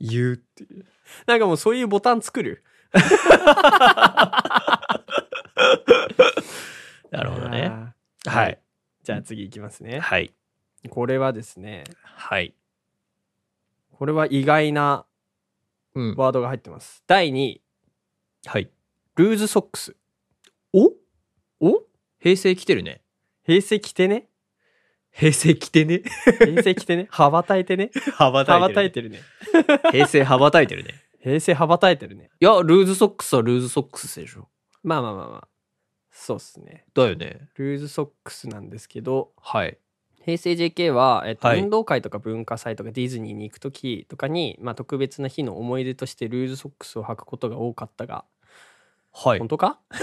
Speaker 2: 言うっていう。
Speaker 1: なんかもうそういうボタン作る。
Speaker 2: なるほど
Speaker 1: あ
Speaker 2: ね。
Speaker 1: ー。
Speaker 2: はい。
Speaker 1: じゃあ次いきますね。
Speaker 2: はい。
Speaker 1: これはですね、
Speaker 2: はい。
Speaker 1: これは意外な
Speaker 2: うん。
Speaker 1: ワードが入ってます。第2位、
Speaker 2: はい。
Speaker 1: ルーズソックス。
Speaker 2: お
Speaker 1: お
Speaker 2: 平成来てるね。
Speaker 1: 平成着てね
Speaker 2: 平成来てね。
Speaker 1: 平成着てね羽ばたいてね
Speaker 2: 羽ば
Speaker 1: 羽ばた
Speaker 2: た
Speaker 1: い
Speaker 2: い
Speaker 1: て
Speaker 2: て
Speaker 1: るね。
Speaker 2: る。平成羽ばたいてるね。
Speaker 1: 平成羽ばたいてるね。
Speaker 2: いや、ルーズソックスはルーズソックスでしょ。
Speaker 1: まあまあまあまあ。そうっすね。
Speaker 2: だよね。
Speaker 1: ルーズソックスなんですけど、
Speaker 2: はい。
Speaker 1: 平成 JK は、えっと
Speaker 2: はい
Speaker 1: 運動会とか文化祭とかディズニーに行く時とかに、まあ、特別な日の思い出としてルーズソックスを履くことが多かったが、
Speaker 2: はい
Speaker 1: 本。当か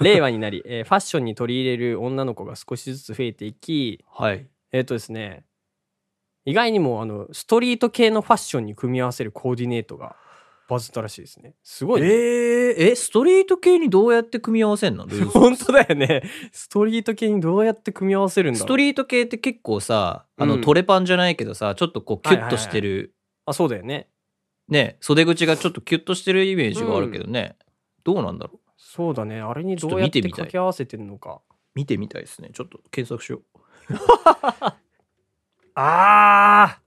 Speaker 1: 令和になり、えーファッションに取り入れる女の子が少しずつ増えていき
Speaker 2: はい。
Speaker 1: えっ、とですね意外にもあのストリート系のファッションに組み合わせるコーディネートがバズったらしいですねすごい
Speaker 2: え
Speaker 1: ね、
Speaker 2: ー、え、ストリート系にどうやって組み合わせん のルーズソック
Speaker 1: 本
Speaker 2: ス
Speaker 1: 当だよねストリート系にどうやって組み合わせるんだろう
Speaker 2: ストリート系って結構さあの、
Speaker 1: うん
Speaker 2: トレパンじゃないけどさちょっとこうキュッとしてる、
Speaker 1: あそうだよね
Speaker 2: ね袖口がちょっとキュッとしてるイメージがあるけどね、どうなんだろ
Speaker 1: そうだね。あれにど
Speaker 2: ちょっ
Speaker 1: う
Speaker 2: と
Speaker 1: やっ
Speaker 2: 見て
Speaker 1: て
Speaker 2: みたい
Speaker 1: 掛け合わせてるのか。
Speaker 2: 見てみたいですね。ちょっと検索しよう。
Speaker 1: ああ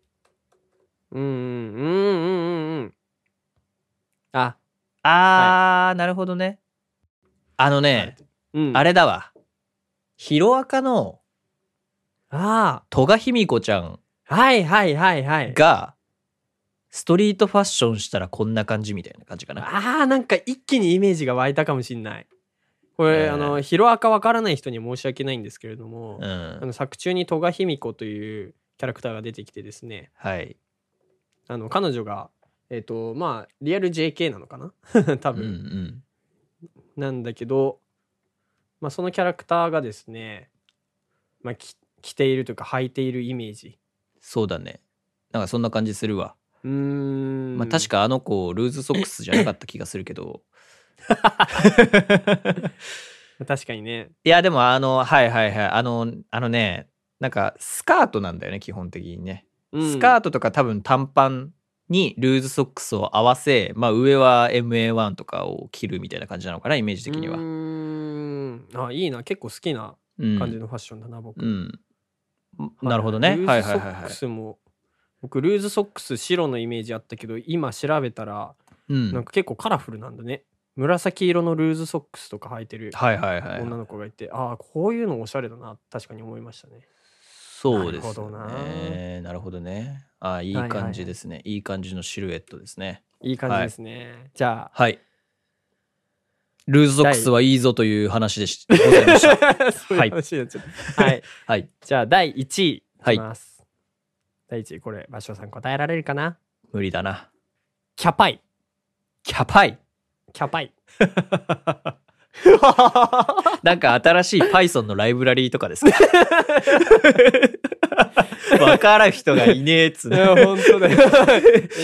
Speaker 1: うんうんうんうんうんうん。あ、
Speaker 2: あー、なるほどね。あのね、
Speaker 1: うん。
Speaker 2: あ
Speaker 1: れ
Speaker 2: れだわ。ヒロアカの
Speaker 1: あ
Speaker 2: 戸賀卑弥子ちゃん
Speaker 1: あ。はいはいはいはい。
Speaker 2: が、ストリートファッションしたらこんな感じみたいな感じかな。
Speaker 1: ああ、なんか一気にイメージが湧いたかもしんない。これ、
Speaker 2: えー
Speaker 1: あの、ヒロアカわからない人に申し訳ないんですけれども、
Speaker 2: う
Speaker 1: あ
Speaker 2: ん。
Speaker 1: の作中に戸賀卑弥子というキャラクターが出てきてですね、
Speaker 2: はい。
Speaker 1: あの、彼女が、えっ、と、まあ、リアル JK なのかな 多
Speaker 2: うんう
Speaker 1: 分、
Speaker 2: ん。
Speaker 1: なんだけど、まあ、そのキャラクターがですね、まあ、き着ているというか履いているイメージ
Speaker 2: そうだね。なんかそんな感じするわ。
Speaker 1: うーん
Speaker 2: まあ確
Speaker 1: か
Speaker 2: かあの子、ルーズソックスじゃなかった気がするけど。
Speaker 1: 確かにね
Speaker 2: いや、でもあの、はいはいはい。あの、あのね、なんかスカートなんだよね、基本的にね。スカー
Speaker 1: ト
Speaker 2: トとか多分短パンにルーズソックスを合わせ、まあ、上は MA1 とかを着るみたいな感じなのかなイメージ的には。
Speaker 1: うーんあいいな結構好きな
Speaker 2: うん
Speaker 1: 感じのファッションだな、僕、
Speaker 2: うんなるほどね。
Speaker 1: ル
Speaker 2: は
Speaker 1: ー
Speaker 2: い
Speaker 1: ズ
Speaker 2: は
Speaker 1: ソ
Speaker 2: いはい
Speaker 1: ッ
Speaker 2: は
Speaker 1: ク
Speaker 2: い。
Speaker 1: スも僕ルーズソックス白のイメージあったけど今調べたら
Speaker 2: う
Speaker 1: なん
Speaker 2: ん、
Speaker 1: か結構カラフルなんだね、紫色のルーズソックスとか履いてる
Speaker 2: はいはいはい。
Speaker 1: 女の子がいて、ああこういうのおしゃれだな確かに思いましたね
Speaker 2: そうですね。なるほ
Speaker 1: なるほど
Speaker 2: どね。なるほどね。あいい
Speaker 1: はいはいはい
Speaker 2: 感じですね、いい。感じのシルエットですね。
Speaker 1: いい感じですね、じゃあ
Speaker 2: はい。ルーズソックスはいいぞという話でしございました。
Speaker 1: そういう話になっちゃった。 はい。
Speaker 2: はい。
Speaker 1: じゃあ、第1位。
Speaker 2: はい
Speaker 1: きます。第1位、これ、場所さん答えられるかな
Speaker 2: 無理だな。
Speaker 1: キャパイ。
Speaker 2: キャパイ。
Speaker 1: キャパイ。
Speaker 2: なんか新しい Python のライブラリーと かですかわからん人がいねえっつう
Speaker 1: い
Speaker 2: ね
Speaker 1: や、本当だよ。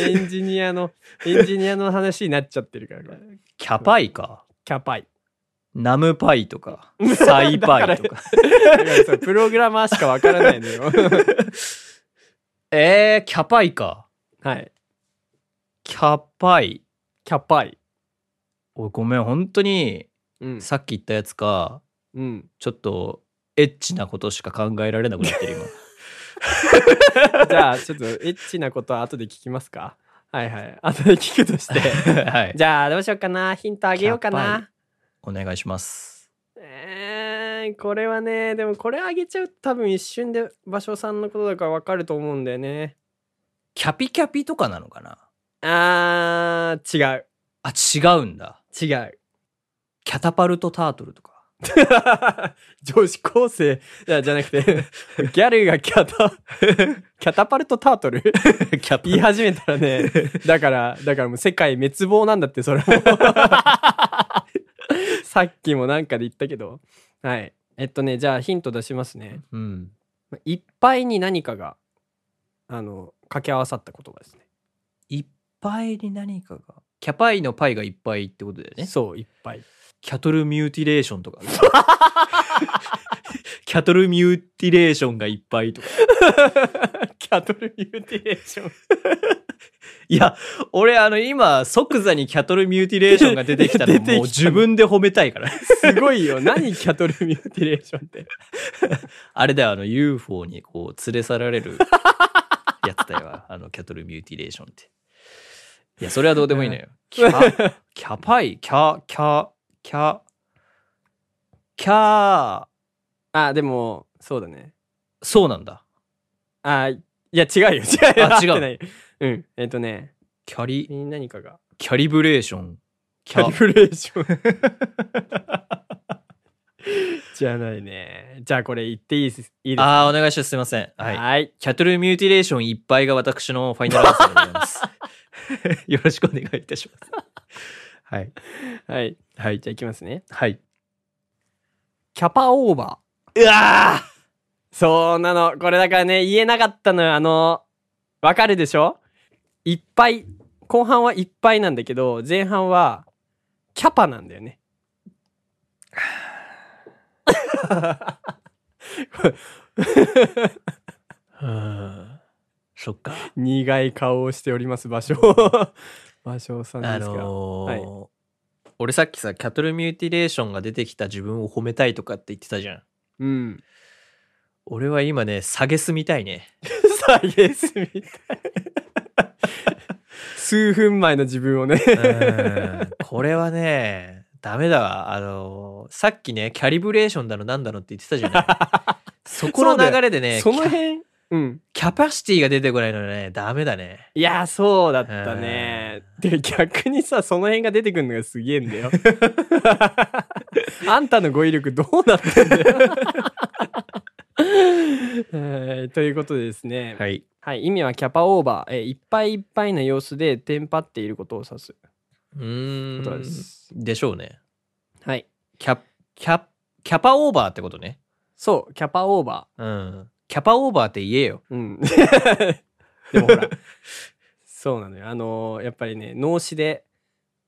Speaker 1: エンジニアの、エンジニアの話になっちゃってるから、これ。
Speaker 2: キャパイか。
Speaker 1: キャパイ。
Speaker 2: ナムパイ とか、サイパイとか。
Speaker 1: だからそれプログラマーしかわからないのよ。
Speaker 2: えー、キャパイか。
Speaker 1: はい。
Speaker 2: キャパイ。
Speaker 1: キャパイ。
Speaker 2: おいごめん、本当に、
Speaker 1: うん。
Speaker 2: さっき言ったやつか、
Speaker 1: うん。
Speaker 2: ちょっと、エッチなことしか考えられなくなっ てる今。
Speaker 1: じゃあ、ちょっとエッチなことは後で聞きますかはいはい。後で聞くとして。
Speaker 2: はい。
Speaker 1: じゃあ、どうしようかな。ヒントあげようか
Speaker 2: キャパ
Speaker 1: な
Speaker 2: イ。お願いします。
Speaker 1: えー、これはねでもこれあげちゃうと多分一瞬で芭蕉さんのことだからわかると思うんだよね
Speaker 2: キャピキャピとかなのかな
Speaker 1: あー違う
Speaker 2: あ、違うんだ。
Speaker 1: 違う
Speaker 2: キャタパルトタートルとか。
Speaker 1: 女子高生じゃじゃなくてギャルがキャタキャタパルトタートル
Speaker 2: キャ
Speaker 1: 言い始めたらねだからだからもう世界滅亡なんだってそれもさっきもなんかで言ったけどはいえっとねじゃあヒント出しますね、
Speaker 2: うん。
Speaker 1: まあいっぱいに何かがあの掛け合わさった言葉ですね
Speaker 2: いっぱいに何かが。キャパイのパイがいっぱいってことだよね。
Speaker 1: そういっぱい
Speaker 2: キャトルミューティレーションとか。 キャトルミューティレーションがいっぱいとか。
Speaker 1: キャトルミューティレーション
Speaker 2: いや、俺あの今即座にキャトルミューティレーションが 出てきた
Speaker 1: 出
Speaker 2: の
Speaker 1: てきた
Speaker 2: もう自分で褒めたいから。
Speaker 1: すごいよ何キャトルミューティレーションって
Speaker 2: あれだよ、あの UFO にこう連れ去られ るやつだよ。あのキャトルミューティレーションって。いや、それはどうでもいいのよ。キャ、キャパイ、キャ、キャ、キャ、キャー、
Speaker 1: あでもそうだね
Speaker 2: そうなんだ。
Speaker 1: あいや違うよ違うよ
Speaker 2: あ
Speaker 1: 合っ
Speaker 2: 違う
Speaker 1: てないうんえっ、とね
Speaker 2: キャリ、
Speaker 1: 何かが
Speaker 2: キャリブレーション。キ
Speaker 1: キャリ
Speaker 2: ャ、
Speaker 1: ブレーションじゃないねじゃあこれ言っていいですいいです
Speaker 2: ああ、お願いします。すいません。
Speaker 1: は
Speaker 2: はいい。キャトルミューティレーションいっぱいが私のファイナルアンサーでございます。 よろしくお願いいたします。はい。
Speaker 1: はい
Speaker 2: はい。
Speaker 1: じゃあいきますね
Speaker 2: はい。
Speaker 1: キャパオーバー
Speaker 2: うわ
Speaker 1: そうなの。これだからね、言えなかったのよ。あの、わかるでしょいっぱい。後半はいっぱいなんだけど、前半は、キャパなんだよね。
Speaker 2: ーそっか。
Speaker 1: 苦い顔をしております、場所。場所さん
Speaker 2: あ
Speaker 1: ですけど。
Speaker 2: のー俺さっきさ、キャトルミューティレーションが出てきた自分を褒めたいとかって言ってたじゃん。
Speaker 1: うん。
Speaker 2: 俺は今ね、下げすみたいね。
Speaker 1: サゲスみたい。数分前の自分をね。
Speaker 2: う ーんこれはね、ダメだわ。あの、さっきね、キャリブレーションだのなんだのって言ってたじゃ ない。そこの流れでね、
Speaker 1: その
Speaker 2: キャ
Speaker 1: 辺うん。
Speaker 2: キャパシティが出てこないのね、ダメだね。
Speaker 1: いや、そうだったね。で、逆にさ、その辺が出てくるのがすげえんだ よ。あんたの語彙力どうなってんだよ。えーということでですね、はい
Speaker 2: い。
Speaker 1: 意味はキャパオーバー、えーいっぱいいっぱいな様子でテンパっていることを指すこ
Speaker 2: うー
Speaker 1: とで
Speaker 2: ん。
Speaker 1: す。
Speaker 2: でしょうね。
Speaker 1: はい、
Speaker 2: キャ、キャ、キャパオーバーってことね。
Speaker 1: そうキャパオーバ
Speaker 2: うん。キャパオーバーって言えよ。
Speaker 1: ー。うん、 でもほらそうなのよあのーやっぱりね脳死で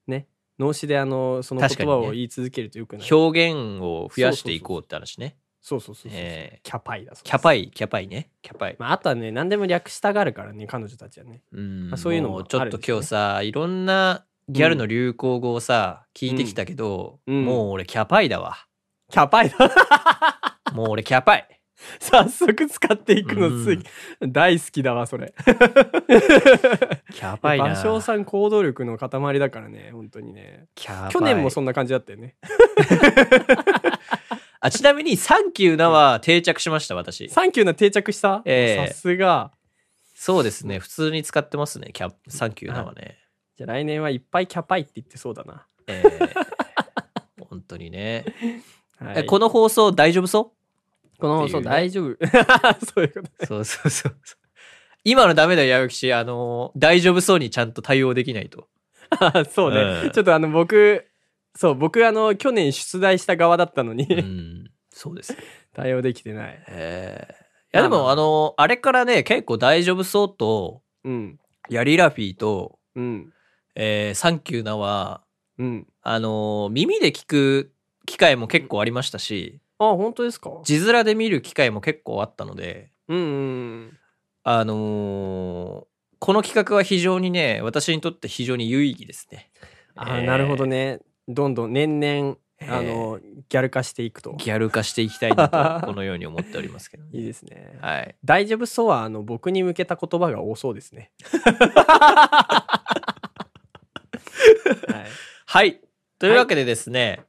Speaker 1: ね脳死であのーその言
Speaker 2: 確かに
Speaker 1: 葉
Speaker 2: ね
Speaker 1: を言い続けるとよくない。
Speaker 2: 表現を増やしていこうって話ね。
Speaker 1: そうそうそうそうそう、
Speaker 2: え
Speaker 1: キャパイだそうです
Speaker 2: キャパイ、キャパイね。キャパイ。
Speaker 1: まあ、あとはね何でも略したがるからね彼女たちはね
Speaker 2: うん
Speaker 1: まあそういうのも
Speaker 2: うちょ
Speaker 1: あ
Speaker 2: っ
Speaker 1: る
Speaker 2: と
Speaker 1: でしょう
Speaker 2: 今
Speaker 1: ね
Speaker 2: 日さいろんなギャルの流行語をさ、聞いてきたけど、
Speaker 1: うん
Speaker 2: もう俺キャパイだわ
Speaker 1: キャパイだ
Speaker 2: もう俺キャパイ
Speaker 1: 早速使っていくのす
Speaker 2: うん
Speaker 1: 大好きだわそれ
Speaker 2: キャパイな
Speaker 1: 芭蕉さん行動力の塊だからね本当にね
Speaker 2: キャパイ
Speaker 1: 去年もそんな感じだったよね
Speaker 2: あちなみに「サンキューな」は定着しました私
Speaker 1: サンキューな定着した
Speaker 2: ええ
Speaker 1: さすが
Speaker 2: そうですね普通に使ってますねキャサンキューなはね、
Speaker 1: じゃあ来年はいっぱいキャパイって言ってそうだな、
Speaker 2: え ー本当にね、
Speaker 1: は
Speaker 2: えこの放送大丈夫そ
Speaker 1: この放
Speaker 2: ってい
Speaker 1: 送
Speaker 2: うね
Speaker 1: 大丈夫 そういうこと
Speaker 2: うそうそうそうそう今のダメだよ矢吹氏あのー大丈夫そうにちゃんと対応できない と
Speaker 1: あそうね、
Speaker 2: うん
Speaker 1: ちょっとあの僕そう僕あの去年出題した側だったのに、
Speaker 2: うんそうです
Speaker 1: 対応できてない
Speaker 2: ええいやで
Speaker 1: ま
Speaker 2: も、
Speaker 1: あ
Speaker 2: あの、あれからね、結構大丈夫そうと、
Speaker 1: うん
Speaker 2: ヤリラフィーと、
Speaker 1: うん
Speaker 2: えーサンキューなは、
Speaker 1: うん
Speaker 2: あの、耳で聞く機会も結構ありましたし、
Speaker 1: あ本当ですか
Speaker 2: 字面で見る機会も結構あったので、
Speaker 1: うんうん
Speaker 2: あのーこの企画は非常にね、私にとって非常に有意義ですね。
Speaker 1: あ、
Speaker 2: えー
Speaker 1: なるほどねどんどん年々
Speaker 2: えー
Speaker 1: あの、ギャル化していくと
Speaker 2: ギャル化していきたいなと、このように思っておりますけど、
Speaker 1: いい
Speaker 2: ね。
Speaker 1: ですね、
Speaker 2: はい。
Speaker 1: 大丈夫そうはあの僕に向けた言葉が多そう ですねはい
Speaker 2: はい。というわけでですね、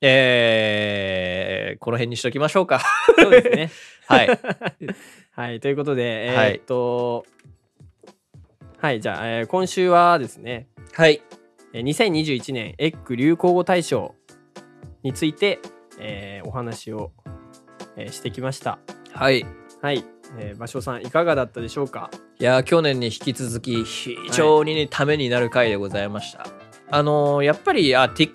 Speaker 2: えーこの辺にしときましょうか。
Speaker 1: そうですね
Speaker 2: はい。
Speaker 1: はいということでえ
Speaker 2: はい
Speaker 1: ーっとはい、じゃあ、えー今週はですね
Speaker 2: はい。
Speaker 1: えー2021年エッグ流行語大賞について、えーお話を、えーしてきました
Speaker 2: はい。い
Speaker 1: はい、えー、芭蕉さんいかがだったでしょうか
Speaker 2: やー、去年に引き続き、非常にね、ためになる回でございました。あのーやっぱり、あ、TikTok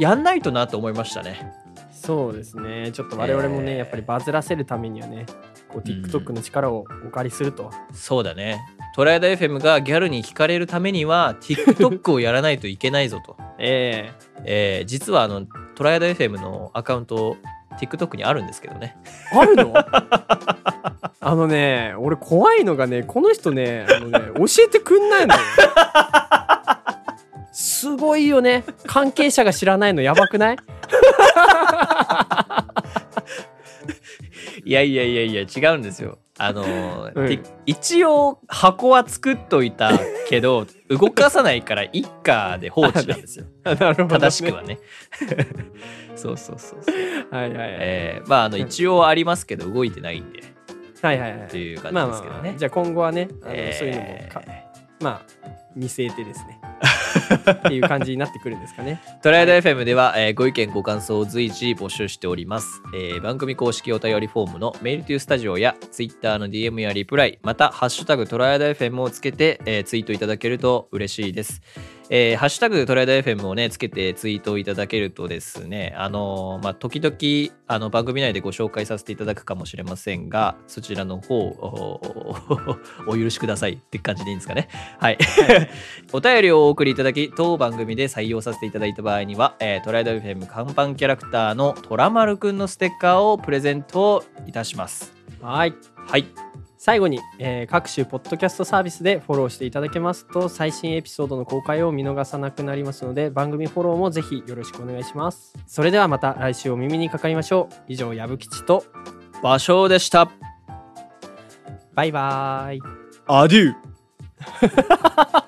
Speaker 2: やんないとなと思いましたね。
Speaker 1: そうですねちょっと我々もね、
Speaker 2: えー
Speaker 1: やっぱりバズらせるためにはねこう
Speaker 2: うん
Speaker 1: TikTok の力をお借りすると、
Speaker 2: そうだね。トライアダ FM がギャルに惹かれるためには、TikTok をやらないといけないぞと。
Speaker 1: え
Speaker 2: えー実は、あの、トライアダ FM のアカウント、TikTok にあるんですけどね。
Speaker 1: ー、あるの あのね俺怖いのがねこの人ねあの ね教えてくんないのよすごいよね関係者が知らないのやばくない
Speaker 2: いやいやいやいや、違うんですよ。あのー
Speaker 1: うん
Speaker 2: て一応、箱は作っといたけど、動かさないから、一家で放置な んですよ。
Speaker 1: なるほど、ね、
Speaker 2: 正しくはね。 そうそうそうそう。
Speaker 1: はいはいはい、
Speaker 2: えーまああの一応ありますけど動いてないんで
Speaker 1: はいはいはい
Speaker 2: っていう感
Speaker 1: まあまあ
Speaker 2: じですけど
Speaker 1: まあ、
Speaker 2: ね。
Speaker 1: じゃあ今後はねあの、
Speaker 2: えー
Speaker 1: そういうのも かまあ見据えてですねっていう感じになってくるんですか ね
Speaker 2: トライアド FM では、えーご意見ご感想を随時募集しております、えー番組公式お便りフォームのメールトゥースタジオや Twitter の DM やリプライまた「ハッシュタグトライアド FM」をつけて、えーツイートいただけると嬉しいです、えーハッシュタグトライアド FM をねつけてツイートいただけるとですねあのーまあ時々あの番組内でご紹介させていただくかもしれませんがそちらの方をおお許しくださいって感じでいいんですかねはいお便りをお送りいただき当番組で採用させていただいた場合には、えートライダルフェム看板キャラクターのトラマルくんのステッカーをプレゼントいたします
Speaker 1: はい
Speaker 2: はい
Speaker 1: 最後に、えー各種ポッドキャストサービスでフォローしていただけますと最新エピソードの公開を見逃さなくなりますので番組フォローもぜひよろしくお願いしますそれではまた来週お耳にかかりましょう以上やぶきちと
Speaker 2: 場所でした。
Speaker 1: バイバーイ
Speaker 2: アデュー